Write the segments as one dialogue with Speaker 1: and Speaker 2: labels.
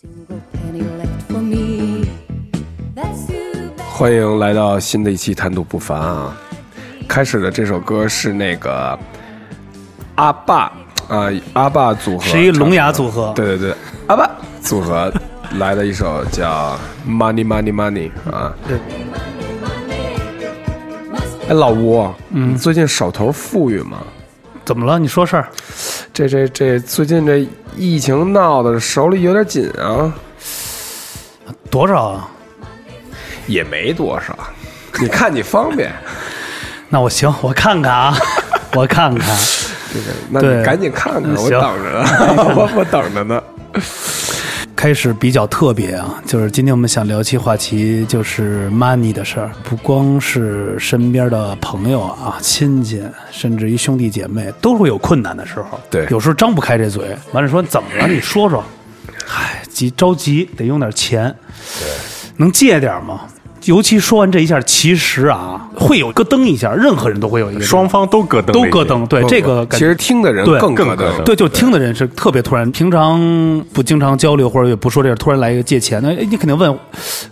Speaker 1: single penny left for me. That's too bad.
Speaker 2: 欢迎来到新的一期《谈吐不凡》啊！开始的这首歌是那个阿爸啊、阿爸组合，
Speaker 3: 是一聋哑组合。
Speaker 2: 对对对，阿爸组合来的一首叫《Money Money Money》啊。
Speaker 3: 对。
Speaker 2: 哎，老吴，嗯，最近手头富裕吗？
Speaker 3: 怎么了？你说事儿？
Speaker 2: 这这这，最近这疫情闹的手里有点紧啊，
Speaker 3: 多少啊？
Speaker 2: 也没多少。你看你方 便，
Speaker 3: 那我行，我看看啊，我看看。
Speaker 2: 这个，那你
Speaker 3: 对
Speaker 2: 赶紧看看，
Speaker 3: 嗯
Speaker 2: 我
Speaker 3: 行
Speaker 2: 等着 呢，我我等着呢。
Speaker 3: 开始比较特别啊，就是今天我们想聊期话题就是 money 的事儿，不光是身边的朋友啊、亲戚，甚至于兄弟姐妹，都会有困难的时候。
Speaker 2: 对
Speaker 3: 有时候张不开这嘴，完了说怎么了？你说说。唉，急着急得用点钱，能借点吗？尤其说完这一下，其实啊，会有咯噔一下，任何人都会有一个
Speaker 4: 双方都咯噔了一
Speaker 3: 都
Speaker 4: 下，
Speaker 3: 咯噔，对这个
Speaker 2: 其
Speaker 3: 感觉。
Speaker 2: 实听的人
Speaker 3: 对
Speaker 2: 更
Speaker 4: 更
Speaker 2: 咯
Speaker 4: 咯
Speaker 2: 噔
Speaker 4: 噔。
Speaker 3: 对，就听的人是特别突然，平常不经常交流或者也不说这事，突然来一个借钱，那哎你肯定问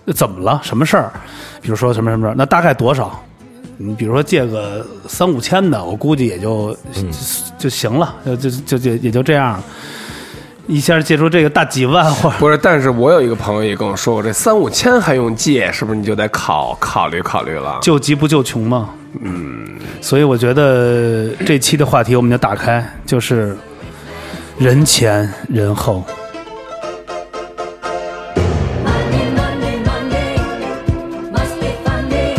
Speaker 3: 呃怎么了，什么事儿？比如说什么什么事儿，那大概多少？你比如说借个三五千的，我估计也就、就就行了，呃就就就就也就这样了。一下借出这个大几万或者
Speaker 2: 不是，但是我有一个朋友也跟我说过，这三五千还用借，是不是你就得考考虑考虑了？
Speaker 3: 救急不救穷嘛。嗯，所以我觉得这期的话题我们就打开，就是人前人后。
Speaker 1: Money, money, money. Must be funny.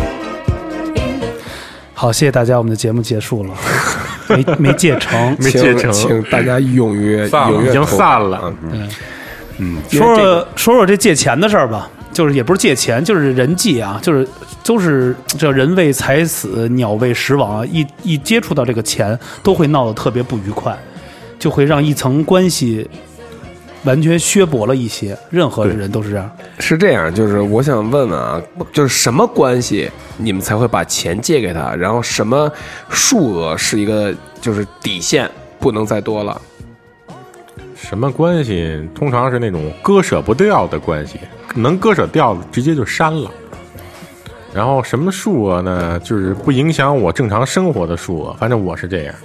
Speaker 1: In the
Speaker 3: 好，谢谢大家，我们的节目结束 了，没没借成。
Speaker 4: 没
Speaker 2: 请
Speaker 4: 借成
Speaker 2: 请大家踊跃
Speaker 4: 散
Speaker 2: 踊
Speaker 4: 了，
Speaker 2: 跃
Speaker 4: 已经
Speaker 2: 投
Speaker 4: 散了
Speaker 2: 嗯。
Speaker 3: 说说说说这借钱的事儿吧，就是也不是借钱，就是人际啊，就是都是这人为财死，鸟为食亡啊，一一接触到这个钱，都会闹得特别不愉快，就会让一层关系完全削薄了一些。任何人都是这样。
Speaker 2: 是这样，就是我想问问啊，就是什么关系你们才会把钱借给他？然后什么数额是一个就是底线，不能再多了？
Speaker 4: 什么关系？通常是那种割舍不掉的关系，能割舍掉的直接就删了。然后什么数额呢？就是不影响我正常生活的数额，反正我是这样。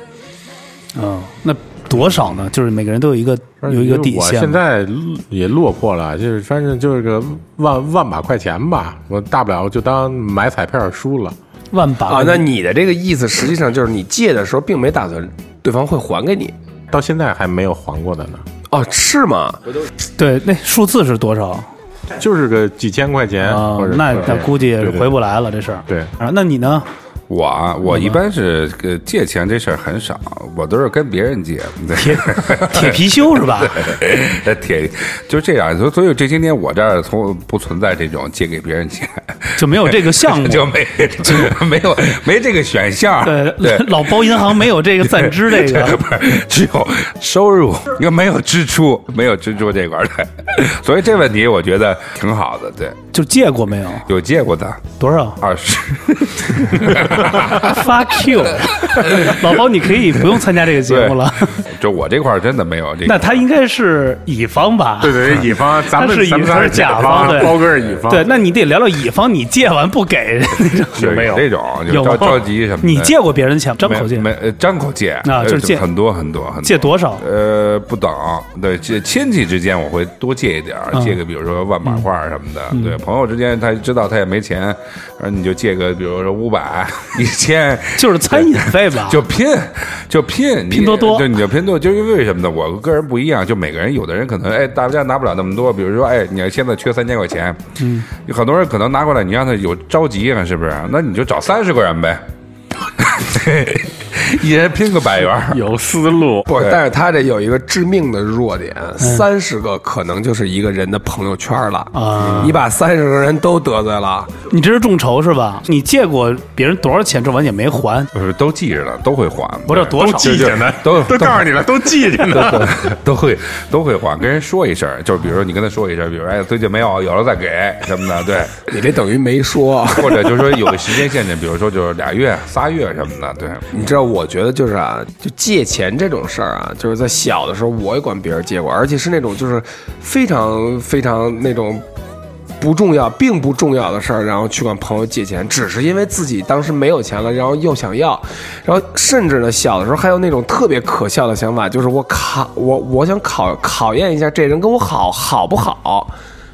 Speaker 3: 嗯，那多少呢？就是每个人都有一个有一个底
Speaker 4: 我
Speaker 3: 线。
Speaker 4: 现在也落魄了，就是反正就是个万万把块钱吧，我大不了就当买彩票输了。
Speaker 3: 万把
Speaker 2: 啊，那你的这个意思实际上就是你借的时候并没打算对方会还给你
Speaker 4: 到现在还没有还过的呢，
Speaker 2: 哦，是吗？
Speaker 3: 对那数字是多少
Speaker 4: 就是个几千块钱，
Speaker 3: 啊
Speaker 4: 或者？
Speaker 3: 那
Speaker 4: 对
Speaker 3: 那估计也是
Speaker 4: 对对
Speaker 3: 回不来了这事儿。
Speaker 4: 对
Speaker 3: 啊，那你呢？
Speaker 5: 我啊，
Speaker 3: 嗯
Speaker 5: 我一般是呃借钱这事儿很少，我都是跟别人借。
Speaker 3: 铁铁貔貅是吧？
Speaker 5: 呃 铁就这样，所所以这些年我这儿从不存在这种借给别人钱，
Speaker 3: 就没有这个项 目
Speaker 5: 。就没就没有没这个选项。
Speaker 3: 嗯对，
Speaker 5: 对。
Speaker 3: 呃 老包银行没有这个暂支这个
Speaker 5: 不是 只有收入，又没有支出，没有支出这块儿的， 所以这问题我觉得挺好的。对，
Speaker 3: 就借过没有？
Speaker 5: 有借过的
Speaker 3: 多少
Speaker 5: 二十，
Speaker 4: 啊
Speaker 3: ？Fuck you，老包，你可以不用参加这个节目了。
Speaker 5: 就我这块儿真的没有这个。
Speaker 3: 那他应该是乙方吧？
Speaker 4: 对对，乙方，咱
Speaker 3: 他
Speaker 4: 们
Speaker 3: 是乙
Speaker 4: 咱们
Speaker 3: 他
Speaker 4: 仨
Speaker 3: 是甲方，对
Speaker 4: 包哥是乙方，
Speaker 3: 对，那你得聊聊乙方，你借完不给，
Speaker 5: 是
Speaker 4: 没有
Speaker 5: 这种，就
Speaker 3: 有
Speaker 5: 着着急什么的。
Speaker 3: 你借过别人钱？张
Speaker 5: 没
Speaker 3: 口借
Speaker 5: 没呃张口借
Speaker 3: 啊就是
Speaker 5: 呃
Speaker 3: 借
Speaker 5: 很多很多很多
Speaker 3: 借多少
Speaker 5: 呃不等对借亲戚之间我会多借一点
Speaker 3: 嗯
Speaker 5: 儿，借个比如说万把块儿什么的，对朋友之间他知道他也没钱，然后你就借个比如说五百一千。
Speaker 3: 就是餐饮费
Speaker 4: 啊
Speaker 3: 吧？
Speaker 5: 就拼，就拼，
Speaker 3: 拼
Speaker 5: 你
Speaker 3: 多多
Speaker 5: 对，你就拼多，就是因为什么呢？我个人不一样，就每个人，有的人可能哎，大家拿不了那么多，比如说哎，你现在缺三千块钱，嗯，很多人可能拿过来，你让他有着急啊，是不是？那你就找三十个人呗， 一人拼个百元儿，
Speaker 4: 有思路。
Speaker 2: 不，
Speaker 5: 对
Speaker 2: 但是他这有一个致命的弱点，三十个可能就是一个人的朋友圈了。
Speaker 3: 啊
Speaker 2: 你把三十个人都得罪了，
Speaker 3: 你这是众筹是吧？你借过别人多少钱，这完也没还，
Speaker 5: 不是都记着呢，都会还，
Speaker 3: 不是多
Speaker 4: 都
Speaker 3: 少？
Speaker 4: 记着呢，
Speaker 5: 都
Speaker 4: 都告诉你了，都记着呢。
Speaker 5: 都都会都会还，跟人说一声，就是比如说你跟他说一声，比如说哎最近没有，有了再给什么的，对，
Speaker 2: 你这等于没说。
Speaker 5: 或者就是说有个时间限制，比如说就是俩月、仨月什么的，对。
Speaker 2: 你知道我觉得就是啊，就借钱这种事儿啊，就是在小的时候我也管别人借过，而且是那种就是非常非常那种不重要、并不重要的事儿，然后去管朋友借钱，只是因为自己当时没有钱了，然后又想要，然后甚至呢，小的时候还有那种特别可笑的想法，就是我考我我想考考验一下这人跟我好好不好，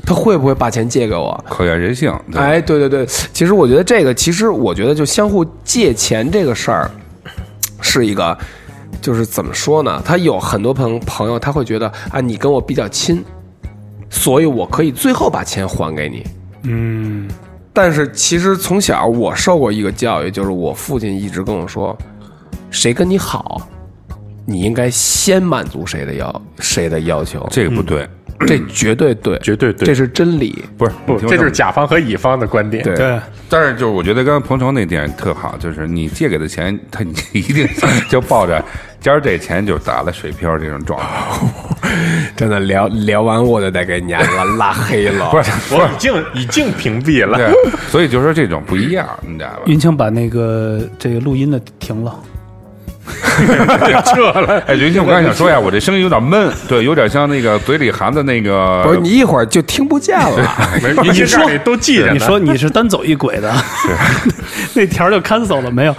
Speaker 2: 他会不会把钱借给我？
Speaker 5: 考验人性。对吧，
Speaker 2: 哎，对对对，其实我觉得这个，其实我觉得就相互借钱这个事儿，是一个，就是怎么说呢？他有很多朋朋友，他会觉得啊，你跟我比较亲，所以我可以最后把钱还给你。
Speaker 3: 嗯，
Speaker 2: 但是其实从小我受过一个教育，就是我父亲一直跟我说，谁跟你好，你应该先满足谁的要谁的要求，
Speaker 5: 这个不对，
Speaker 2: 这绝对对，
Speaker 4: 嗯绝对对
Speaker 2: 这是真理。
Speaker 5: 不是
Speaker 4: 不，
Speaker 5: 你听我
Speaker 4: 这就是
Speaker 5: 么
Speaker 4: 甲方和乙方的观点。
Speaker 2: 对
Speaker 3: 对，
Speaker 5: 但是就是我觉得刚刚彭程那点特好，就是你借给的钱，他你一定就抱着 今儿这钱就打了水漂这种状态。
Speaker 2: 真的聊聊完我就得给你拉拉黑 了，
Speaker 5: 不是
Speaker 4: 我已经已经屏蔽了。
Speaker 5: 对，所以就说这种不一样，你知道吧？
Speaker 3: 云清把那个这个录音的停了。
Speaker 5: 哎，云清，我刚才想说呀，我这声音有点闷，对，有点像那个嘴里含的那个，
Speaker 2: 不是你一会儿就听不见 了。
Speaker 4: 没事，你这里都记着呢。
Speaker 3: 你说你是单走一轨的， 那条就 cancel 了没有？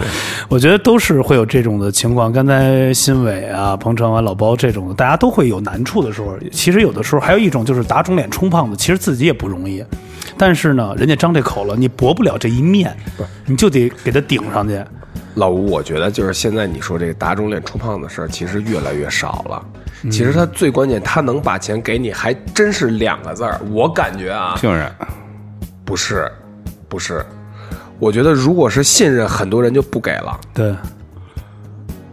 Speaker 3: 我觉得都是会有这种的情况。刚才新伟啊、彭程啊、老包这种的，大家都会有难处的时候。其实有的时候还有一种就是打肿脸充胖子，其实自己也不容易。但是呢，人家张这口了，你驳不了这一面，你就得给他顶上去。
Speaker 2: 老吴，我觉得就是现在你说这个打肿脸充胖子的事儿，其实越来越少了。其实他最关键，他能把钱给你，还真是两个字儿。我感觉啊，
Speaker 3: 嗯
Speaker 5: 信任。
Speaker 2: 不是，不是。我觉得如果是信任，很多人就不给了，
Speaker 3: 对，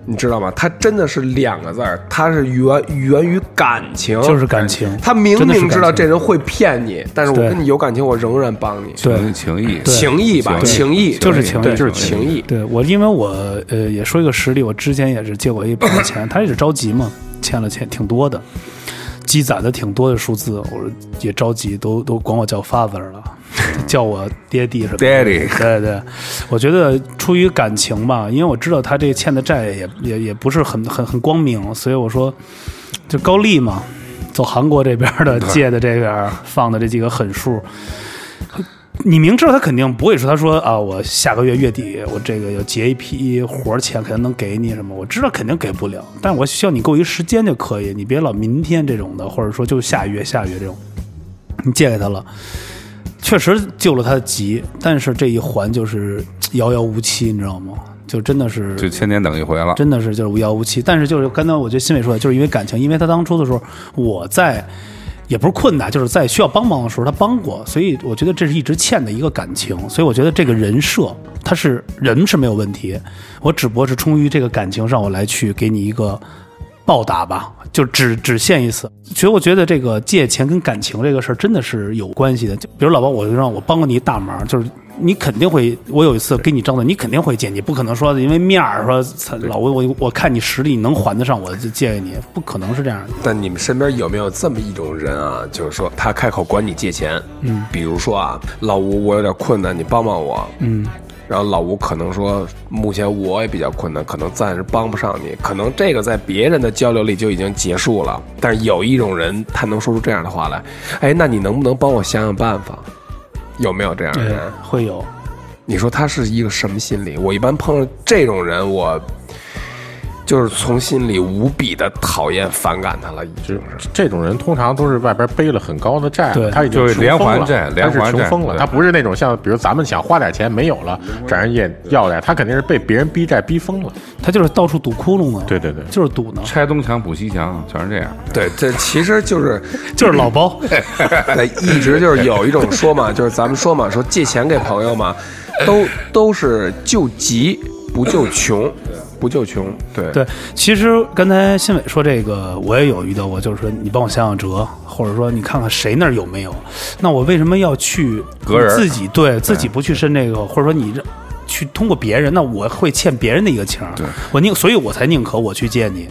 Speaker 2: 你知道吗？他真的是两个字儿，他是源源于感情，
Speaker 3: 就是感情
Speaker 2: 哦他明
Speaker 3: 真的是
Speaker 2: 明
Speaker 3: 感情
Speaker 2: 知道这人会骗你，但是我
Speaker 3: 对
Speaker 2: 跟你有感情，我仍然帮你。
Speaker 3: 对，
Speaker 5: 情谊，
Speaker 2: 情谊吧，情谊
Speaker 3: 就是情
Speaker 2: 对
Speaker 3: 谊
Speaker 2: 就是情谊。
Speaker 3: 对我，因为我呃也说一个实例，我之前也是借过一朋友钱，他也是着急嘛，欠了钱挺多的，积攒的挺多的数字，我说也着急，都都管我叫 father 了， 叫我爹地什么的。
Speaker 5: Daddy
Speaker 3: 对对，我觉得出于感情吧，因为我知道他这欠的债也也也不是很很很光明，所以我说就高利嘛，走韩国这边 的借的这边儿放的这几个狠数，你明知道他肯定不会说，他说啊，我下个月月底我这个要结一批活儿钱，肯定能给你什么，我知道肯定给不了，但我需要你给我一时间就可以，你别老明天这种的，或者说就下月下月这种，你借给他了。确实救了他的急，但是这一还就是呃遥遥无期，你知道吗？就真的是
Speaker 5: 就千年等一回了。
Speaker 3: 真的是就是无遥无期。但是就是刚才我觉得新伟说的，就是因为感情，因为他当初的时候，我在也不是困难，就是在需要帮忙的时候他帮过，所以我觉得这是一直欠的一个感情。所以我觉得这个人设他是人是没有问题，我只不过是出于这个感情上我来去给你一个报答吧，就只只限一次。所以我觉得这个借钱跟感情这个事儿真的是有关系的。就比如老包，我就让我帮过你一大忙，就是你肯定会，我有一次跟你张嘴，你肯定会借，你不可能说因为面儿说操老吴，我我看你实力，你能还得上，我就借给你，不可能是这样的。
Speaker 2: 但你们身边有没有这么一种人啊？就是说他开口管你借钱，嗯，比如说啊，老吴，我有点困难，你帮帮我，嗯。然后老吴可能说，目前我也比较困难，可能暂时帮不上你。可能这个在别人的交流里就已经结束了，但是有一种人，他能说出这样的话来，哎，那你能不能帮我想想办法？有没有这样的人？
Speaker 3: 会有，
Speaker 2: 你说他是一个什么心理？我一般碰上这种人，我就是从心里无比的讨厌、反感他了，已经是。
Speaker 4: 这种人通常都是外边背了很高的债
Speaker 3: 对，
Speaker 4: 他已经
Speaker 5: 就是
Speaker 4: 穷疯
Speaker 5: 连环
Speaker 4: 了
Speaker 5: 债
Speaker 4: 他
Speaker 5: 连环
Speaker 4: 是
Speaker 5: 债
Speaker 4: 穷疯了。
Speaker 5: 对嗯
Speaker 4: 他不是那种像，比如咱们想花点钱没有了，找人也要点，他肯定是被别人逼债逼疯了。
Speaker 3: 他就是到处堵窟窿呢。
Speaker 4: 对对对
Speaker 3: 就是堵呢，
Speaker 5: 拆东墙补西墙，全是这样。
Speaker 2: 对，这其实就是
Speaker 3: 就是老包。
Speaker 2: 呃一直就是有一种说嘛，就是 咱们说嘛，说借钱给朋友嘛，都都是救急不救穷，不救穷。对
Speaker 3: 对，其实刚才新伟说这个，我也有遇到过，就是说你帮我想想辙，或者说你看看谁那儿有没有。那我为什么要去
Speaker 5: 隔人儿
Speaker 3: 自己对自己不去申这个，或者说你这去通过别人，那我会欠别人的一个情儿。对，我宁，所以我才宁可我去借你。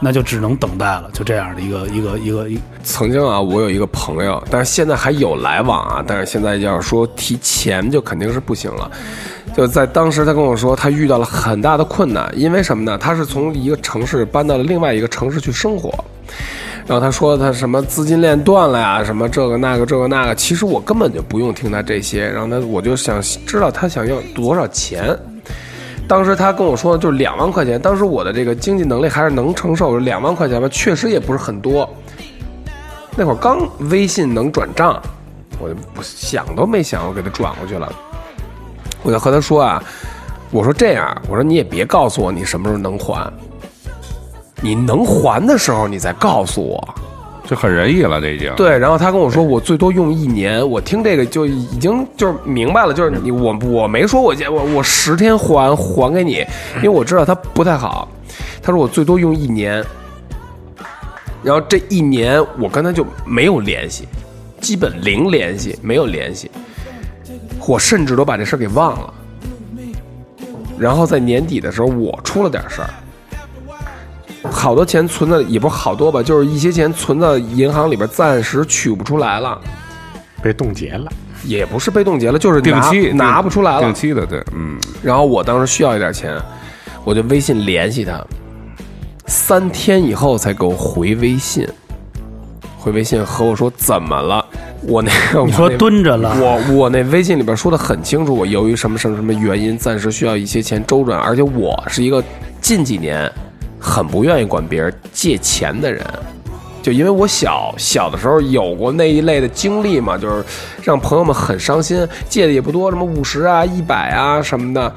Speaker 3: 那就只能等待了，就这样的一个一个一个一个
Speaker 2: 曾经啊，我有一个朋友，但是现在还有来往啊，但是现在要说提钱就肯定是不行了。就在当时，他跟我说，他遇到了很大的困难，因为什么呢？他是从一个城市搬到了另外一个城市去生活，然后他说他什么资金链断了呀，什么这个那个这个那个，其实我根本就不用听他这些，然后他我就想知道他想要多少钱。当时他跟我说就是两万块钱，当时我的这个经济能力还是能承受两万块钱吧，确实也不是很多。那会儿刚微信能转账，我就不想都没想，我给他转过去了。我就和他说啊，我说这样，我说你也别告诉我你什么时候能还，你能还的时候你再告诉我。
Speaker 5: 就很仁义了，这已经。
Speaker 2: 对，然后他跟我说我最多用一年，我听这个就已经就是明白了，就是你我我没说我我我十天还还给你，因为我知道他不太好。他说我最多用一年，然后这一年我跟他就没有联系，基本零联系，没有联系，我甚至都把这事儿给忘了。然后在年底的时候，我出了点事儿，好多钱存的也不是好多吧，就是一些钱存到银行里边，暂时取不出来了，
Speaker 4: 被冻结了。
Speaker 2: 也不是被冻结了，就是
Speaker 5: 定
Speaker 2: 拿
Speaker 5: 期
Speaker 2: 拿不出来了
Speaker 5: 定。期的，对，嗯，
Speaker 2: 然后我当时需要一点钱，我就微信联系他，三天以后才给我回微信，回微信和我说怎么了？我那个
Speaker 3: 你说
Speaker 2: 我那
Speaker 3: 蹲着了，
Speaker 2: 我我那微信里边说的很清楚，我由于什么什么什么原因，暂时需要一些钱周转，而且我是一个近几年很不愿意管别人借钱的人，就因为我小小的时候有过那一类的经历嘛，就是让朋友们很伤心，借的也不多，什么五十啊、一百啊什么的，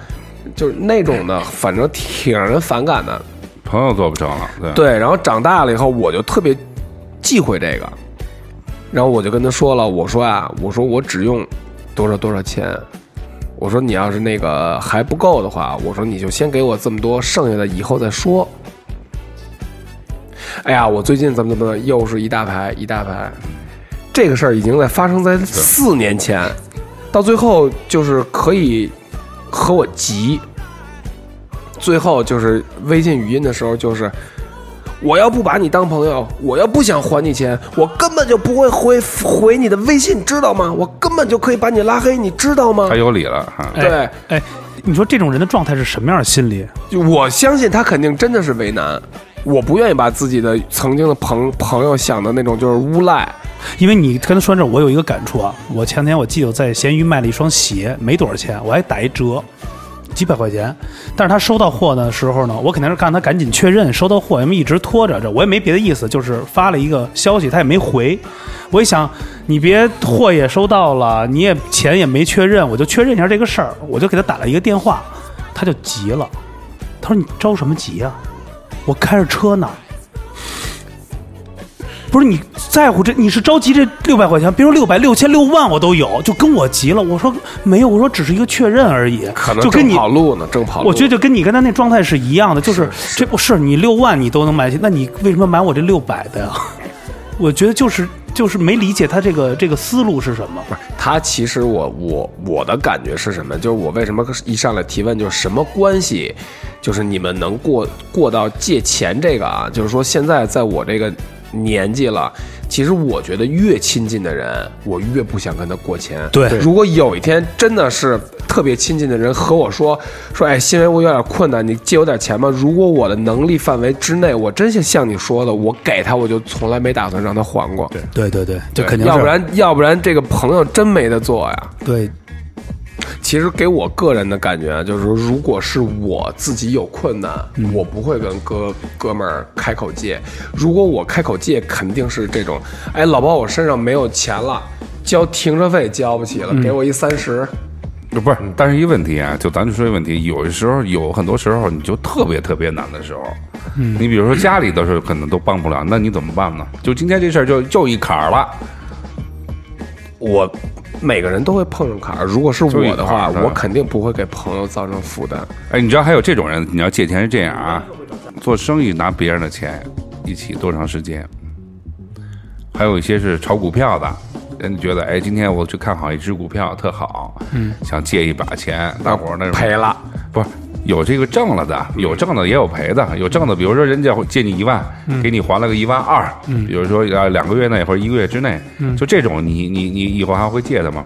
Speaker 2: 就是那种的，反正挺让人反感的。
Speaker 5: 朋友做不成了，对，
Speaker 2: 对，然后长大了以后，我就特别忌讳这个，然后我就跟他说了，我说啊，我说我只用多少多少钱，我说你要是那个还不够的话，我说你就先给我这么多，剩下的以后再说。哎呀，我最近怎么怎么的，又是一大排一大排，这个事儿已经在发生在四年前，到最后就是可以和我急，最后就是微信语音的时候，就是我要不把你当朋友，我要不想还你钱，我根本就不会回回你的微信，知道吗？我根本就可以把你拉黑，你知道吗
Speaker 5: 他？有理了哈。
Speaker 3: 哎
Speaker 2: 对，
Speaker 3: 哎，你说这种人的状态是什么样的心理？
Speaker 2: 就我相信他肯定真的是为难，我不愿意把自己的曾经的朋朋友想的那种就是诬赖，
Speaker 3: 因为你跟他说这，我有一个感触啊。我前天我记得我在闲鱼卖了一双鞋，没多少钱，我还打一折，几百块钱。但是他收到货的时候呢，我肯定是让他赶紧确认收到货，因为一直拖着这，我也没别的意思，就是发了一个消息，他也没回。我一想，你别货也收到了，你也钱也没确认，我就确认一下这个事儿，我就给他打了一个电话，他就急了，他说你着什么急啊？我开着车呢。不是你在乎这，你是着急这六百块钱，别说六百、六千、六万我都有，就跟我急了。我说没有，我说只是一个确认而已，
Speaker 2: 可能
Speaker 3: 就跟
Speaker 2: 正
Speaker 3: 你
Speaker 2: 跑路呢，正跑路。
Speaker 3: 我觉得就跟你刚才那状态是一样的，就是这不是你六万你都能买起，那你为什么买我这六百的呀？我觉得就是就是没理解他这个这个思路是什么。
Speaker 2: 不是他，其实我我我的感觉是什么？就是我为什么一上来提问，就是什么关系？就是你们能过过到借钱这个啊？就是说现在在我这个年纪了，其实我觉得越亲近的人，我越不想跟他过钱。
Speaker 3: 对
Speaker 2: 如果有一天真的是特别亲近的人和我说说，哎，因为我有点困难，你借我点钱吧。如果我的能力范围之内，我真是像你说的，我给他，我就从来没打算让他还过。对。
Speaker 3: 对对对，就
Speaker 2: 对要不然要不然这个朋友真没得做呀。
Speaker 3: 对
Speaker 2: 其实给我个人的感觉啊就是，如果是我自己有困难，我不会跟哥哥们儿开口借。如果我开口借，肯定是这种，哎，老包，我身上没有钱了，交停车费交不起了，给我一三十。
Speaker 5: 不是，但是一问题啊，就咱就说一问题，有的时候有很多时候你就特别特别难的时候，
Speaker 2: 嗯
Speaker 5: 你比如说家里的时候可能都帮不了，那你怎么办呢？就今天这事儿就就一坎儿了，
Speaker 2: 我每个人都会碰上坎儿，如果是
Speaker 5: 就一
Speaker 2: 我的话，
Speaker 5: 坎儿对
Speaker 2: 我肯定不会给朋友造成负担。
Speaker 5: 哎，你知道还有这种人，你要借钱是这样啊，做生意拿别人的钱一起多长时间？还有一些是炒股票的，人觉得哎，今天我去看好一只股票特好，嗯，想借一把钱，大伙儿那种
Speaker 2: 赔了，
Speaker 5: 不是有这个挣了的，有挣的也有赔的，有挣的，比如说人家会借你一万，给你还了个一万二，比如说啊两个月内或者一个月之内，就这种你你你以后还会借的吗？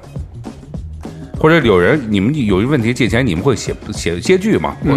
Speaker 5: 或者有人你们有一问题借钱，你们会写写借据吗？我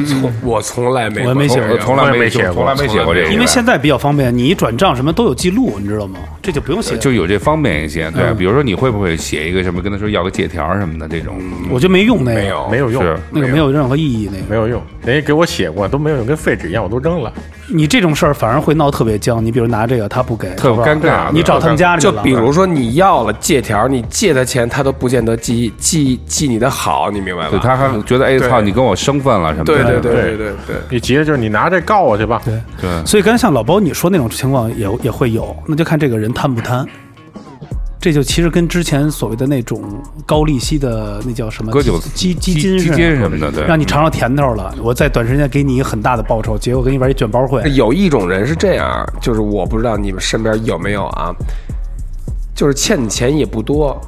Speaker 2: 我我从来嗯没
Speaker 3: 我没写过
Speaker 5: 嗯我从来
Speaker 4: 我也没写
Speaker 5: 写
Speaker 4: 过
Speaker 5: 从来没写过这个，
Speaker 3: 因为现在比较方便，你一转账什么都有记录，你知道吗？这就不用写，
Speaker 5: 就有这方便一些。对，比如说你会不会写一个什么，跟他说要个借条什么的这种？
Speaker 3: 我就没用那个，
Speaker 2: 没有
Speaker 4: 没有用，
Speaker 5: 哦是
Speaker 3: 那个没有任何意义。那个
Speaker 4: 没有用，人家给我写过都没有用，跟废纸一样，我都扔了。
Speaker 3: 你这种事儿反而会闹特别僵。你比如拿这个他不给，
Speaker 5: 特
Speaker 3: 是吧啊
Speaker 5: 尴尬
Speaker 3: 你找他们家里
Speaker 2: 就
Speaker 3: 了
Speaker 2: 比如说你要了借条，你借他钱，他都不见得记记记你的好，你明白
Speaker 5: 对，
Speaker 2: 吧？
Speaker 5: 他还觉得哎
Speaker 2: 对
Speaker 5: 操，你跟我生分了什么的？
Speaker 2: 对对对
Speaker 4: 对
Speaker 2: 对对对，
Speaker 4: 你急的就是你拿这告我去吧，
Speaker 5: 对，
Speaker 3: 所以刚才像老包你说那种情况也也会有，那就看这个人贪不贪。这就其实跟之前所谓的那种高利息的那叫什么
Speaker 5: 割韭
Speaker 3: 基基
Speaker 5: 基
Speaker 3: 金
Speaker 5: 基
Speaker 3: 似的
Speaker 5: 金什么的，对，
Speaker 3: 让你尝到甜头了，我在短时间给你一个很大的报酬，结果给你玩一卷包会，
Speaker 2: 有一种人是这样，啊就是我不知道你们身边有没有啊，就是欠你钱也不多，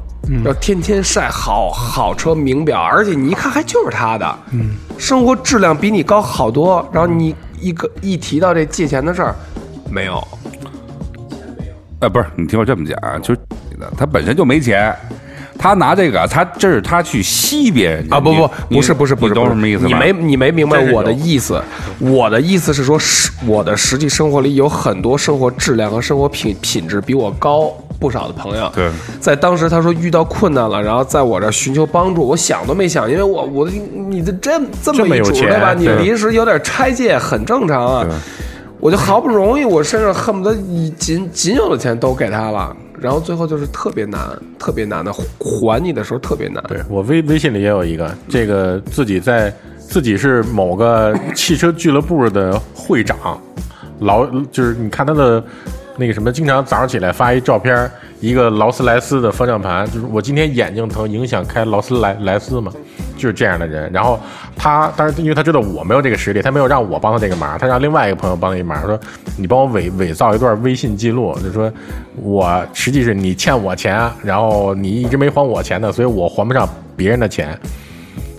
Speaker 2: 要天天晒好好车、名表，而且你一看还就是他的，嗯，生活质量比你高好多。然后你一个一提到这借钱的事儿，没有，
Speaker 5: 呃，不是，你听我这么讲啊，就是他本身就没钱，他拿这个，他这是他去吸别人
Speaker 2: 啊不不
Speaker 5: 你
Speaker 2: 不是不是不
Speaker 5: 你
Speaker 2: 是，
Speaker 5: 懂
Speaker 2: 不
Speaker 5: 什
Speaker 2: 是
Speaker 5: 么意思吗？
Speaker 2: 你没你没明白
Speaker 4: 真是有
Speaker 2: 我的意思，我的意思是说，是我的实际生活里有很多生活质量和生活品品质比我高不少的朋友。
Speaker 5: 对，
Speaker 2: 在当时他说遇到困难了，然后在我这儿寻求帮助，我想都没想，因为我我你这这这
Speaker 4: 这么
Speaker 2: 么一
Speaker 4: 有
Speaker 2: 主
Speaker 4: 钱
Speaker 2: 对吧？你
Speaker 4: 对
Speaker 2: 临时有点拆借很正常啊。我就好不容易，我身上恨不得以仅仅有的钱都给他了，然后最后就是特别难，特别难的还你的时候特别难。
Speaker 4: 对我微微信里也有一个，这个自己在自己是某个汽车俱乐部的会长，劳就是你看他的那个什么，经常早上起来发一照片儿，一个劳斯莱斯的方向盘，就是我今天眼睛疼，影响开劳斯莱莱斯嘛，就是这样的人。然后他，当然因为他知道我没有这个实力，他没有让我帮他这个忙，他让另外一个朋友帮他一忙，说你帮我伪伪造一段微信记录，就说我实际是你欠我钱，然后你一直没还我钱的，所以我还不上别人的钱。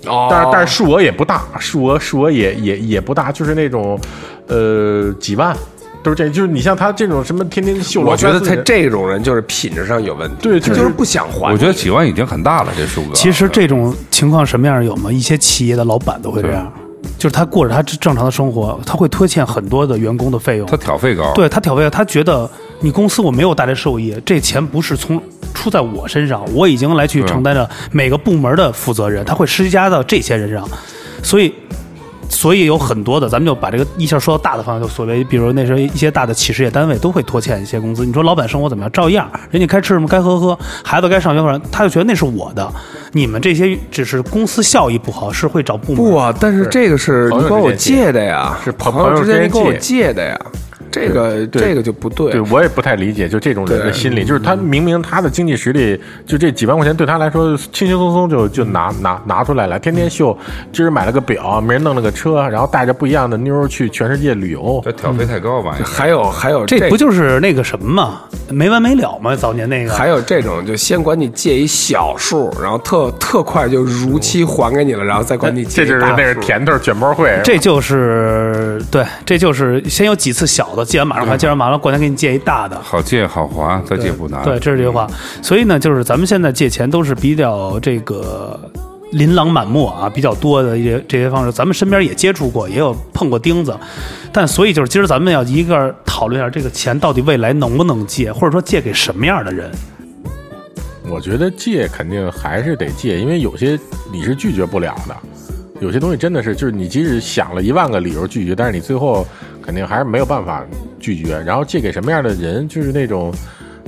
Speaker 2: 哦
Speaker 4: 但是但是数额也不大，数额数额也也也不大，就是那种，呃，几万，都是这，就是你像他这种什么天天秀，
Speaker 2: 我觉得他，这种人就是品质上有问题，
Speaker 4: 对
Speaker 2: 他
Speaker 4: 就是
Speaker 2: 就是不想还。
Speaker 5: 我觉得几万已经很大了，这数额。
Speaker 3: 其实这种情况什么样有吗？一些企业的老板都会这样，就是他过着他正常的生活，他会拖欠很多的员工的费用。
Speaker 5: 他挑费高，
Speaker 3: 对他挑费，他觉得你公司我没有带来收益，这钱不是从出在我身上，我已经来去承担着每个部门的负责人，他会施加到这些人上，所以。所以有很多的，咱们就把这个一下说到大的方向，就所谓，比如那时候一些大的企事业单位都会拖欠一些工资。你说老板生活怎么样？照样，人家该吃什么该喝喝，孩子该上学干什么，他就觉得那是我的。你们这些只是公司效益不好，是会找部门
Speaker 2: 不啊，但是这个是
Speaker 4: 朋
Speaker 2: 你
Speaker 4: 友
Speaker 2: 管我
Speaker 4: 之间
Speaker 2: 借的呀，
Speaker 4: 是朋
Speaker 2: 朋友之间你
Speaker 4: 朋
Speaker 2: 跟
Speaker 4: 友
Speaker 2: 我
Speaker 4: 之间
Speaker 2: 借的呀，这个
Speaker 4: 对
Speaker 2: 这个就不对
Speaker 4: 对。我也不太理解，就这种人的心理，就是他明明他的经济实力，就这几万块钱对他来说轻轻松松就就拿拿拿出来了，天天秀，今儿买了个表，明儿弄了个车，然后带着不一样的妞儿去全世界旅游
Speaker 5: 他，挑费太高吧？应该
Speaker 2: 还有还有
Speaker 3: 这
Speaker 2: 这
Speaker 3: 不就是那个什么吗？没完没了吗？早年那个
Speaker 2: 还有这种，就先管你借一小数，然后特特快就如期还给你了，然后再管你借
Speaker 4: 这
Speaker 2: 一
Speaker 4: 就是
Speaker 2: 大
Speaker 4: 那是
Speaker 2: 数
Speaker 4: 甜头卷包会，
Speaker 3: 这就是对，这就是先有几次小的，借完马上还，借完完了，过年给你借一大的。
Speaker 5: 好借好还，再借不难。
Speaker 3: 对，这是这句话。所以呢，就是咱们现在借钱都是比较这个琳琅满目啊，比较多的一些这些方式。咱们身边也接触过，也有碰过钉子。但所以就是今儿咱们要一个讨论一下这个钱到底未来能不能借，或者说借给什么样的人。
Speaker 4: 我觉得借肯定还是得借，因为有些你是拒绝不了的，有些东西真的是就是你即使想了一万个理由拒绝，但是你最后肯定还是没有办法拒绝。然后借给什么样的人，就是那种，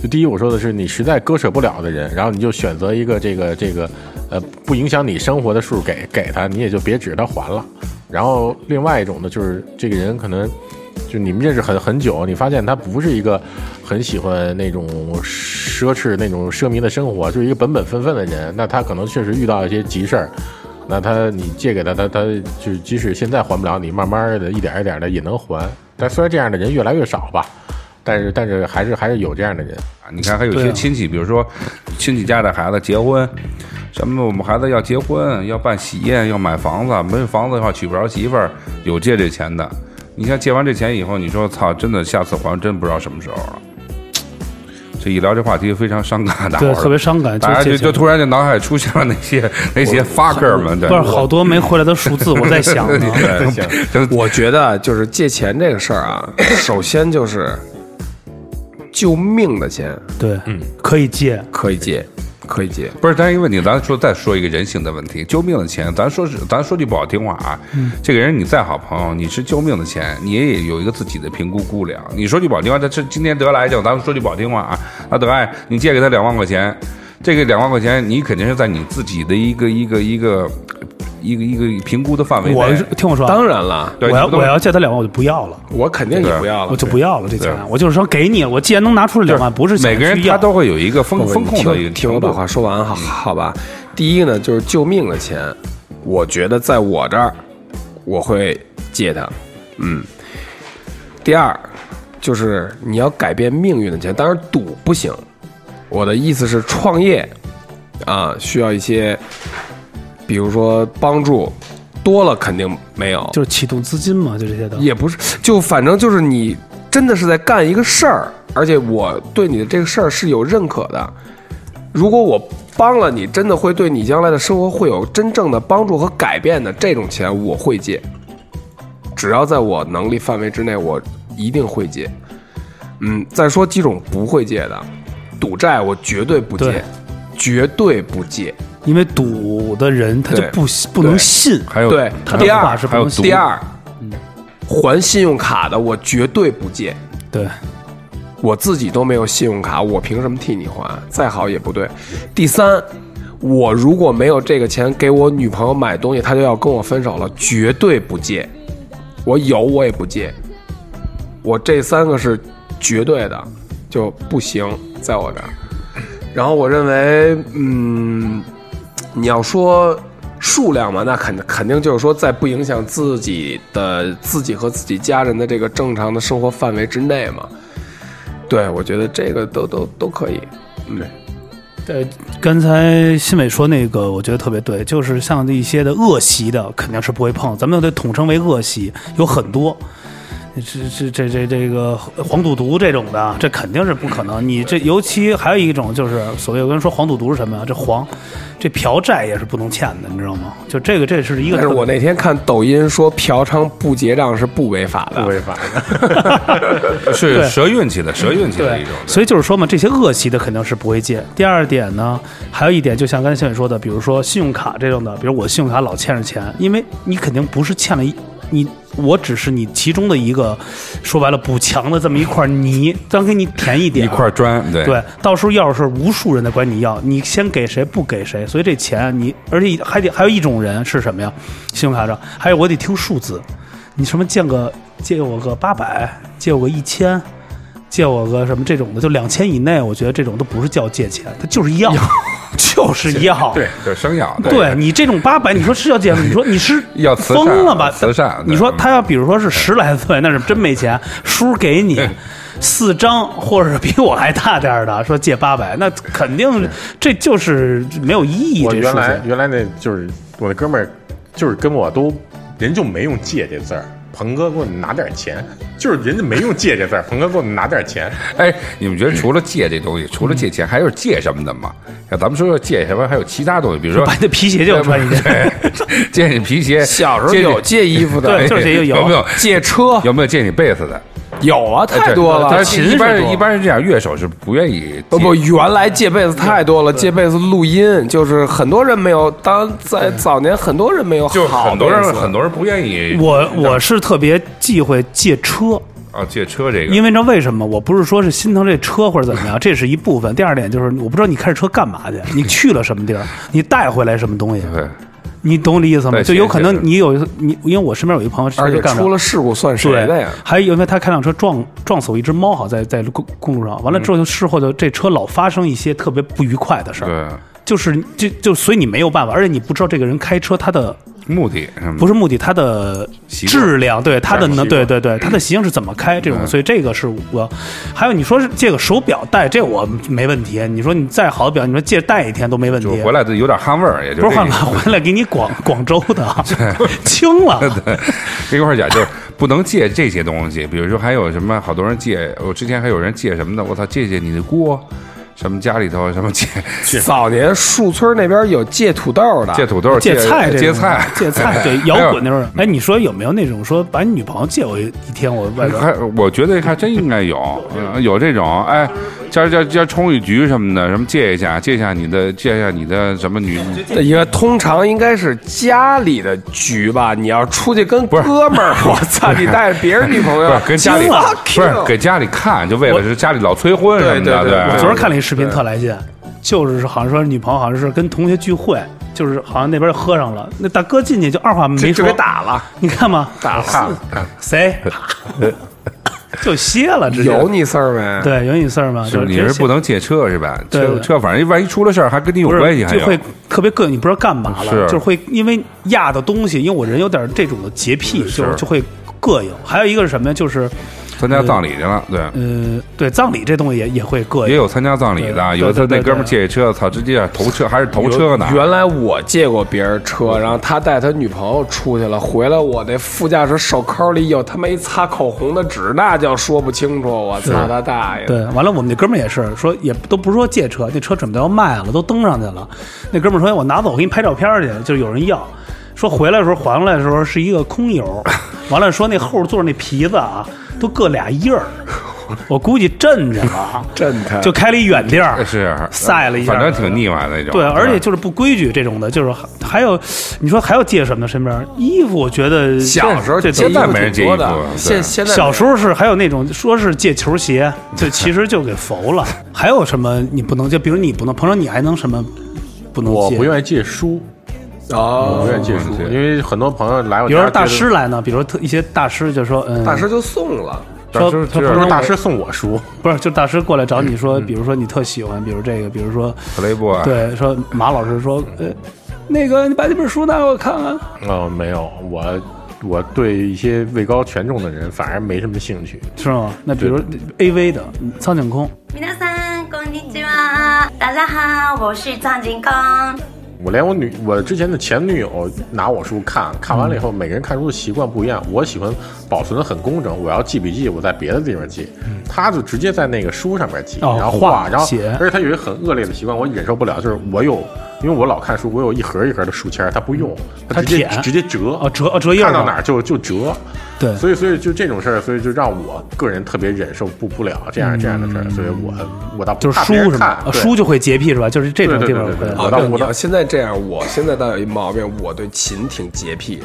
Speaker 4: 就第一我说的是你实在割舍不了的人，然后你就选择一个这个这个呃不影响你生活的数给给他，你也就别指着他还了。然后另外一种呢，就是这个人可能。就你们认识很很久，你发现他不是一个很喜欢那种奢侈、那种奢靡的生活，就是一个本本分分的人。那他可能确实遇到一些急事儿，那他你借给他，他他就是即使现在还不了，你慢慢的一点一点的也能还。但虽然这样的人越来越少吧，但是但是还是还是有这样的人。
Speaker 5: 啊你看，还有一
Speaker 3: 对
Speaker 5: 些
Speaker 3: 啊
Speaker 5: 亲戚，比如说亲戚家的孩子结婚，咱们我们孩子要结婚，要办喜宴，要买房子，没有房子的话娶不着媳妇儿，有借这钱的。你看借完这钱以后，你说操，真的下次还真不知道什么时候了。这一聊这话题非常伤感，大伙
Speaker 3: 对，
Speaker 5: 儿
Speaker 3: 特别伤感，
Speaker 5: 大家
Speaker 3: 借
Speaker 5: 就
Speaker 3: 钱
Speaker 5: 就突然就脑海出现了那些那些 fucker 们，对
Speaker 3: 不是好多没回来的数字，我在想呢。
Speaker 5: 对行就是
Speaker 2: 我觉得就是借钱这个事儿啊，首先就是救命的钱
Speaker 3: 对，可以借，
Speaker 2: 可以借，可以借，
Speaker 5: 不是，但是一个问题，咱说再说一个人性的问题，救命的钱，咱说是咱说句不好听话啊，
Speaker 3: 嗯
Speaker 5: 这个人你再好朋友，你是救命的钱，你也有一个自己的评估估量。你说句不好听话，他是今天得了癌症，咱们说句不好听话啊，那得癌，你借给他两万块钱，这个两万块钱你肯定是在你自己的一个一个一个一个一个评估的范围
Speaker 3: 我
Speaker 5: 内。
Speaker 3: 听我说啊，
Speaker 2: 当然了，
Speaker 5: 对
Speaker 3: 我要
Speaker 5: 你不能
Speaker 3: 我要借他两万，我就不要了，
Speaker 2: 我肯定也不要了
Speaker 3: 我。就不要了这钱，我就是说给你，我既然能拿出两万，不是想
Speaker 5: 每个人
Speaker 3: 去要
Speaker 5: 他都会有一个风
Speaker 2: 不
Speaker 5: 风控的一
Speaker 2: 听
Speaker 5: 个
Speaker 2: 听我嗯
Speaker 5: 程
Speaker 2: 把
Speaker 5: 度
Speaker 2: 话说完好好吧。第一个呢，就是救命的钱，我觉得在我这儿我会借他，嗯。第二，就是你要改变命运的钱，当然赌不行。我的意思是创业啊，需要一些，比如说帮助，多了肯定没有，
Speaker 3: 就是启动资金嘛，就这些的。
Speaker 2: 也不是，就反正就是你真的是在干一个事儿，而且我对你的这个事儿是有认可的。如果我帮了你，真的会对你将来的生活会有真正的帮助和改变的，这种钱我会借，只要在我能力范围之内，我一定会借。嗯，再说几种不会借的，赌债我绝对不
Speaker 3: 对
Speaker 2: 借，绝对不借。
Speaker 3: 因为赌的人他就
Speaker 2: 对
Speaker 3: 不不能信，
Speaker 5: 还有
Speaker 2: 对
Speaker 3: 他，的
Speaker 2: 第
Speaker 3: 方法
Speaker 2: 二
Speaker 3: 是不
Speaker 5: 还有
Speaker 3: 能
Speaker 5: 毒
Speaker 3: 信。
Speaker 2: 第二，还信用卡的我绝对不借。
Speaker 3: 对，
Speaker 2: 我自己都没有信用卡，我凭什么替你还？再好也不对。第三，我如果没有这个钱给我女朋友买东西，她就要跟我分手了，绝对不借。我有我也不借，我这三个是绝对的，就不行，在我这儿。然后我认为，嗯，你要说数量嘛，那肯肯定就是说，在不影响自己的自己和自己家人的这个正常的生活范围之内嘛。对，我觉得这个都都都可以。嗯，
Speaker 3: 呃，刚才新伟说那个，我觉得特别对，就是像一些的恶习的，肯定是不会碰，咱们都得统称为恶习，有很多。这这这这这个黄赌毒这种的，这肯定是不可能。你这尤其还有一种就是所谓我跟你说黄赌毒是什么呀？这黄，这嫖债也是不能欠的，你知道吗？就这个这是一个
Speaker 2: 但
Speaker 3: 特别。
Speaker 2: 是我那天看抖音说嫖娼不结账是不违法的，
Speaker 4: 违法的。
Speaker 5: 是蛇运气的，蛇运气的
Speaker 3: 对
Speaker 5: 一种，。
Speaker 3: 所以就是说嘛，这些恶习的肯定是不会借。第二点呢，还有一点，就像刚才小雨说的，比如说信用卡这种的，比如我信用卡老欠着钱，因为你肯定不是欠了一，你我只是你其中的一个，说白了补强的这么一块泥，咱给你填一点
Speaker 5: 一块砖，对
Speaker 3: 对，到时候要是无数人在管你要，你先给谁不给谁，所以这钱你，而且还得还有一种人是什么呀？信用卡上还有我得听数字，你什么借个借我个八百，借我个一千，借我个什么这种的，就两千以内，我觉得这种都不是叫借钱，他就是 要，就是要。
Speaker 5: 对对，生养，
Speaker 3: 哦对你这种八百，你说是要借吗？你说你是
Speaker 5: 要慈善啊
Speaker 3: 疯了吧？
Speaker 5: 慈善嗯
Speaker 3: 你
Speaker 5: 对
Speaker 3: 说他要比如说是十来岁，那是真没钱，叔给你四张，或者比我还大点儿的，说借八百，那肯定是这就是没有意义。
Speaker 4: 我
Speaker 3: 这
Speaker 4: 原
Speaker 3: 事
Speaker 4: 来
Speaker 3: 情
Speaker 4: 原来那就是我那哥们儿，就是跟我都人就没用借这字儿。鹏哥，给我拿点钱，就是人家没用借这字儿。鹏哥，给我拿点钱，
Speaker 5: 哎，你们觉得除了借这东西，除了借钱，还有借什么的吗？像咱们说说借什么，还有其他东西，比如说
Speaker 3: 把你的皮鞋借我穿一件，
Speaker 5: 对借你皮鞋，
Speaker 2: 小时候
Speaker 5: 借你哎
Speaker 2: 有借衣服的，
Speaker 3: 对就是这个有
Speaker 5: 有没有
Speaker 2: 借车
Speaker 5: 有没有借你被子的？
Speaker 2: 有啊，太
Speaker 5: 这
Speaker 2: 多了。
Speaker 5: 呃但
Speaker 3: 琴
Speaker 5: 是一
Speaker 3: 是
Speaker 5: 般是
Speaker 3: 多
Speaker 5: 一般是这样，乐手是不愿意
Speaker 2: 不不，
Speaker 5: 借
Speaker 2: 原来借被子太多了，借被子录音就是很多人没有，当在早年很多人没有好
Speaker 5: 就很多人
Speaker 2: 被子
Speaker 5: 很多人不愿意
Speaker 3: 我我是特别忌讳借车。
Speaker 5: 啊借车这个，
Speaker 3: 因为你知道为什么？我不是说是心疼这车或者怎么样，这是一部分。第二点就是，我不知道你开着车干嘛去，你去了什么地儿，你带回来什么东西，
Speaker 5: 对
Speaker 3: 你懂我的意思吗？
Speaker 5: 对
Speaker 3: 就有可
Speaker 5: 是
Speaker 3: 能
Speaker 5: 是
Speaker 3: 你有一次你，因为我身边有一朋友是
Speaker 2: 而且
Speaker 3: 干的
Speaker 2: 出了事故算谁
Speaker 3: 对
Speaker 2: 的呀？
Speaker 3: 还有因为他开辆车撞撞死我一只猫，好在在公公路上，完
Speaker 5: 嗯
Speaker 3: 了之后就事后就这车老发生一些特别不愉快的事儿，
Speaker 5: 对。
Speaker 3: 就是就就所以你没有办法，而且你不知道这个人开车他的
Speaker 5: 目的嗯
Speaker 3: 不是目的，它的
Speaker 5: 习惯
Speaker 3: 质量，对它的
Speaker 5: 习
Speaker 3: 能，
Speaker 5: 惯嗯
Speaker 3: 对对对，它的形是怎么开这种，所以这个是我。还有你说是借个手表戴，这我没问题。你说你再好的表，你说借戴一天都没问题
Speaker 5: 就。回来就有点汗味儿，也就
Speaker 3: 不是
Speaker 5: 这
Speaker 3: 换
Speaker 5: 个
Speaker 3: 了回来给你广广州 的轻了，
Speaker 5: 这块儿讲就是不能借这些东西，比如说还有什么好多人借，我之前还有人借什么的，我操，借借你的锅，什么家里头什么借
Speaker 3: 啊
Speaker 2: 早年树村那边有借土豆的，
Speaker 5: 借土豆、
Speaker 3: 借菜这
Speaker 5: 借
Speaker 3: 种啊
Speaker 5: 菜、
Speaker 3: 借 菜，对
Speaker 5: 还
Speaker 3: 摇
Speaker 5: 有
Speaker 3: 滚那种。哎，你说有没有那种说把你女朋友借我一天，我外边
Speaker 5: 还我觉得还真应该有，嗯有这种哎，加加加冲一局什么的，什么借一下，借一下你的，借一下你的什么女，
Speaker 2: 因为通常应该是家里的局吧，你要出去跟哥们儿，我操，你带着别人女朋
Speaker 5: 不
Speaker 2: 友
Speaker 5: 是，跟家里
Speaker 3: 惊了
Speaker 5: 不是给家里看，就为了是家里老催婚什么的，
Speaker 2: 对对对
Speaker 3: 我
Speaker 5: 哎对
Speaker 3: 昨儿看了一视频特来劲，就是好像说女朋友好像是跟同学聚会，就是好像那边喝上了，那大哥进去就二话没
Speaker 2: 就就
Speaker 3: 说
Speaker 2: 给，打了。
Speaker 3: 你看吗？
Speaker 2: 打了，
Speaker 3: 谁？ 就歇了，直接
Speaker 2: 有你事儿没？
Speaker 3: 对有你事儿吗？
Speaker 5: 是
Speaker 3: 就
Speaker 5: 你
Speaker 3: 直接
Speaker 5: 是不
Speaker 3: 歇
Speaker 5: 能借车是吧？
Speaker 3: 对
Speaker 5: 车
Speaker 3: 对
Speaker 5: 车反正万一出了事儿还跟你有
Speaker 3: 不是
Speaker 5: 关系，还
Speaker 3: 就会
Speaker 5: 有
Speaker 3: 特别膈应，你不知道干嘛了，
Speaker 5: 是
Speaker 3: 就是会因为压的东西，因为我人有点这种的洁癖，就是就会膈应。还有一个是什么呀？就是
Speaker 5: 参加葬礼去了，对。
Speaker 3: 呃，对葬礼这东西也也会膈
Speaker 5: 也
Speaker 3: 应。
Speaker 5: 有参加葬礼的，
Speaker 3: 对
Speaker 5: 有的
Speaker 3: 呃对对
Speaker 5: 那哥们儿
Speaker 3: 对
Speaker 5: 借车，操，直接啊头车还是头车呢，
Speaker 2: 原来我借过别人车，然后他带他女朋友出去了，回来我那副驾驶手抠里有他妈一擦口红的纸，那叫说不清楚，我操他大爷！
Speaker 3: 对，完了，我们那哥们儿也是说，也都不是说借车，那车准备要卖了，都登上去了。那哥们儿说：“我拿走，我给你拍照片儿去。”就有人要，说回来的时候还回来的时候是一个空油，完了说那后座那皮子啊都各俩印儿，我估计震去了，啊
Speaker 2: 震他
Speaker 3: 就开了一远地儿，
Speaker 5: 是啊
Speaker 3: 晒了一下，
Speaker 5: 反正挺腻歪的那种。
Speaker 3: 对，而且
Speaker 5: 吧
Speaker 3: 就是不规矩这种的，就是还还有，你说还有借什么呢？身边衣服，我觉得
Speaker 2: 小时候
Speaker 3: 这
Speaker 2: 借
Speaker 3: 这
Speaker 5: 现
Speaker 2: 衣
Speaker 5: 在
Speaker 2: 服
Speaker 5: 没人
Speaker 2: 挺
Speaker 5: 借
Speaker 2: 多
Speaker 5: 衣服
Speaker 2: 的，
Speaker 5: 对
Speaker 2: 现现在
Speaker 3: 小时候是还有那种说是借球 鞋，就其实就给服了。还有什么你不能借？比如你不能，彭程你还能什么不能
Speaker 4: 我
Speaker 3: 借？
Speaker 4: 不愿意借书，我
Speaker 2: 哦
Speaker 5: 嗯
Speaker 4: 不，愿意借书，因为很多朋友来我
Speaker 3: 比
Speaker 4: 家，
Speaker 3: 如说大师，来呢，比如特一些大师就说，嗯，
Speaker 2: 大师就送了，
Speaker 4: 大
Speaker 3: 说
Speaker 4: 师
Speaker 3: 他
Speaker 4: 就
Speaker 3: 不
Speaker 4: 是
Speaker 3: 能
Speaker 4: 大师送我书，
Speaker 3: 不是就大师过来找你
Speaker 4: 嗯
Speaker 3: 说，比如说你特喜欢，比如这个，比如说
Speaker 5: Playboy 啊
Speaker 3: 对，说马老师说，呃，那个你把这本书拿给我看看。
Speaker 4: 嗯，没有，我我对一些位高权重的人反而没什么兴趣。
Speaker 3: 是吗？那比如 A V 的苍井空，
Speaker 6: 皆さんこんにちは，大家好，我是藏井空。
Speaker 4: 我连我女我之前的前女友拿我书看看完
Speaker 3: 嗯
Speaker 4: 了以后，每个人看书的习惯不一样。我喜欢保存的很工整，我要记笔记，我在别的地方记，她就直接在那个书上面记，
Speaker 3: 嗯哦
Speaker 4: 然后
Speaker 3: 画
Speaker 4: 画，然后
Speaker 3: 写
Speaker 4: 而且她有一个很恶劣的习惯，我忍受不了，就是我有，因为我老看书，我有一盒一盒的书签儿，她不用，她直接
Speaker 3: 嗯她舔
Speaker 4: 直接折
Speaker 3: 哦折哦折页儿
Speaker 4: 看到
Speaker 3: 吧
Speaker 4: 哪儿就就折。
Speaker 3: 对
Speaker 4: 所以所以就这种事儿，所以就让我个人特别忍受不不了这样这样的事儿，所以我我倒
Speaker 3: 嗯
Speaker 4: 不
Speaker 3: 就是
Speaker 4: 怕
Speaker 3: 书
Speaker 4: 别人
Speaker 3: 是
Speaker 4: 看
Speaker 3: 吧？呃
Speaker 4: 对
Speaker 3: 书就会洁癖是吧？就是这种
Speaker 4: 对
Speaker 3: 地
Speaker 4: 对
Speaker 3: 方
Speaker 4: 对对对
Speaker 2: 哦，
Speaker 3: 会。
Speaker 5: 啊
Speaker 4: 我倒
Speaker 2: 对，你
Speaker 4: 我倒
Speaker 2: 要现在这样，我现在倒有一毛病，我对琴挺洁癖，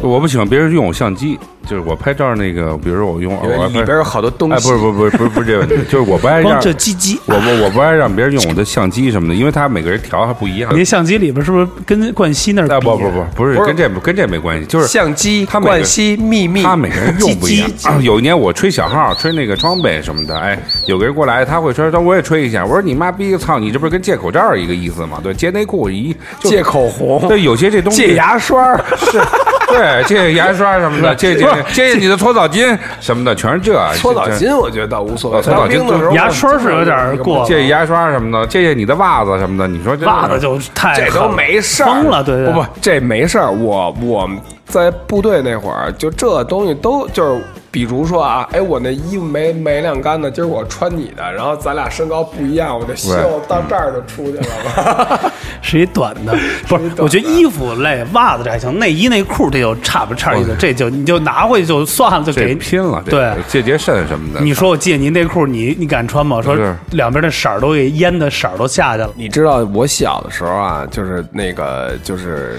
Speaker 5: 我不喜欢别人用我相机，就是我拍照那个，比如说我用
Speaker 2: 因为
Speaker 5: 哦我
Speaker 2: 里边有好多东
Speaker 5: 哎，
Speaker 2: 西。
Speaker 5: 不是不是不是不是不是这个 问题，就是我不爱让
Speaker 3: 光这鸡鸡，
Speaker 5: 我不我不爱让别人用我的相机什么的，因为他每个人调还不一样。
Speaker 3: 你那相机里边是不是跟冠希那儿比？
Speaker 5: 呃哎，不不不，不是
Speaker 2: 不是
Speaker 5: 跟这跟这没关系，就是
Speaker 2: 相机、
Speaker 5: 他每个
Speaker 2: 冠希、秘密，
Speaker 5: 他每个人用不一样
Speaker 2: 唧唧。
Speaker 5: 啊有一年我吹小号，吹那个装备什么的，哎，有个人过来，他会吹，说我也吹一下。我说你妈逼，操，你这不是跟借口罩一个意思吗？对，借内裤一就
Speaker 2: 借口红、
Speaker 5: 对，有啊些这东西
Speaker 2: 借牙刷，
Speaker 5: 是，对，借牙刷什么的，借借借你的搓澡巾什么的，全是这
Speaker 2: 搓澡。
Speaker 5: 这
Speaker 2: 巾我觉得倒无所谓，
Speaker 5: 哦搓澡
Speaker 2: 当
Speaker 5: 巾
Speaker 2: 兵的时候
Speaker 3: 牙刷是有点过
Speaker 5: 借牙刷什么的，借借你的袜子什么的，你说这
Speaker 3: 袜子就太
Speaker 2: 这
Speaker 3: 狠
Speaker 2: 都
Speaker 3: 了
Speaker 2: 没事儿，
Speaker 3: 疯了，对对
Speaker 2: 不不，这没事儿。我我在部队那会儿，就这东西都就是，比如说啊，哎，我那衣服没没晾干呢，今儿我穿你的，然后咱俩身高不一样，我这袖
Speaker 5: 对
Speaker 2: 到这儿就出去了。
Speaker 3: 是一短的，不是？我觉得衣服类，袜子这还行，内衣内裤这就差不差一个，这就你就拿回去就算了，就
Speaker 5: 这
Speaker 3: 给。
Speaker 5: 拼了，这
Speaker 3: 对
Speaker 5: 借节肾什么的。
Speaker 3: 你说我借你内裤，你你敢穿吗？我说
Speaker 5: 是
Speaker 3: 两边的色儿都给淹的色儿都下去了。
Speaker 2: 你知道我小的时候啊，就是那个就是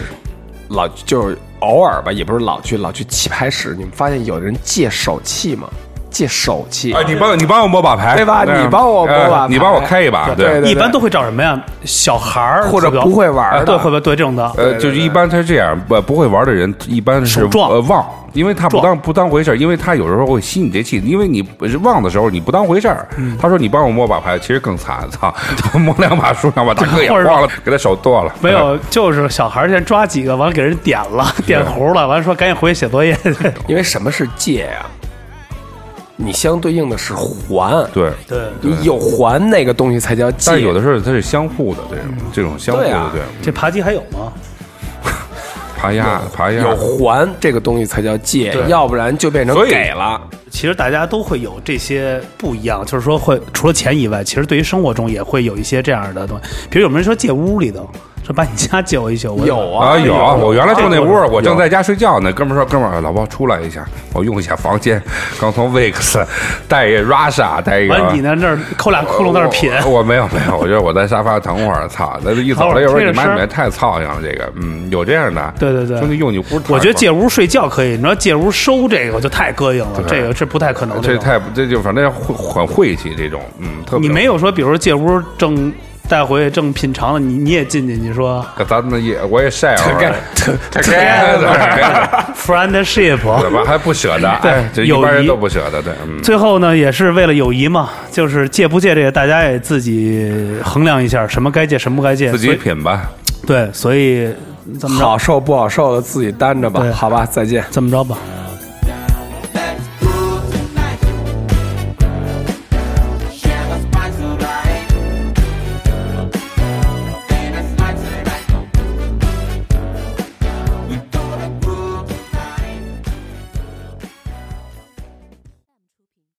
Speaker 2: 老就是偶尔吧，也不是老去老去棋牌室，你们发现有人借手气吗？借手气
Speaker 5: 啊，，你帮你帮我摸把牌，
Speaker 2: 对吧
Speaker 5: 嗯
Speaker 2: 你帮我摸把牌
Speaker 5: 呃你帮我开一把，
Speaker 2: 对对
Speaker 3: 一般都会找什么呀？小孩儿
Speaker 2: 或者
Speaker 3: 是是
Speaker 2: 不会玩儿的
Speaker 3: 哎对，会不会对这种的？
Speaker 5: 呃，就是一般他这样不不会玩的人，一般是
Speaker 3: 手壮
Speaker 5: 呃忘，因为他不
Speaker 3: 壮
Speaker 5: 当不当回事儿，因为他有时候会吸你这气，因为你忘的时候你不当回事儿。
Speaker 3: 嗯
Speaker 5: 他说你帮我摸把牌，其实更惨，操， 摸两把输两把，大 哥也
Speaker 3: 或者
Speaker 5: 慌了，给他手剁了。
Speaker 3: 没有，就是小孩儿先抓几个，完了给人点了，点糊了，完了说赶紧回去写作业 去。
Speaker 2: 因为什么是借呀、你相对应的是还，
Speaker 5: 对，
Speaker 3: 对，
Speaker 2: 你有还那个东西才叫
Speaker 5: 但
Speaker 2: 借。
Speaker 5: 是有的时候它是相互的，这
Speaker 3: 嗯
Speaker 5: 种这种相互
Speaker 2: 对
Speaker 5: 的
Speaker 2: 啊，
Speaker 5: 对，
Speaker 3: 这扒鸡还有吗？
Speaker 5: 爬压爬压
Speaker 2: 有。还这个东西才叫借，要不然就变成
Speaker 5: 所以啊
Speaker 2: 给了。
Speaker 3: 其实大家都会有这些不一样，就是说会除了钱以外，其实对于生活中也会有一些这样的东西。比如有没有人说借屋里的， 说把你家借我一宿，我
Speaker 2: 有啊
Speaker 5: 啊， 有啊！
Speaker 2: 有
Speaker 5: 我原来住那屋儿，我正
Speaker 2: 有
Speaker 5: 在家睡觉呢。哥们儿说：“哥们儿，老包出来一下，我用一下房间。刚从 Vex 带一 Russia 带一个。”
Speaker 3: 完了你在那儿抠俩 窟窿在那儿品，
Speaker 5: 呃我我没啊有没有，我觉得我在沙发等会儿，操！那一走了，要不然你妈
Speaker 3: 听着声
Speaker 5: 你们太操心了。这个，嗯，有这样的，
Speaker 3: 对对对
Speaker 5: 兄弟用你屋，
Speaker 3: 我觉得借屋睡觉可以，你知道借屋收这个我就太膈应了，这个是不太可能的。
Speaker 5: 这太不这就反正会很晦气这种，嗯，特别
Speaker 3: 你没有说，比如说借屋正带回去正品尝了，你你也进去，你说
Speaker 5: 咱们也我也晒会儿，这个怎
Speaker 3: friendship。
Speaker 5: 么还不舍得？
Speaker 3: 对
Speaker 5: 哎这一
Speaker 3: 友
Speaker 5: 般人
Speaker 3: 谊
Speaker 5: 都不舍得，对，嗯，
Speaker 3: 最后呢，也是为了友谊嘛，就是借不借这个，大家也自己衡量一下，什么该借，什么不该借。
Speaker 5: 自己
Speaker 3: 所以
Speaker 5: 品吧。
Speaker 3: 对，所以怎么着
Speaker 2: 好受不好受的自己担着吧
Speaker 3: 对，
Speaker 2: 好吧，再见。
Speaker 3: 怎么着吧。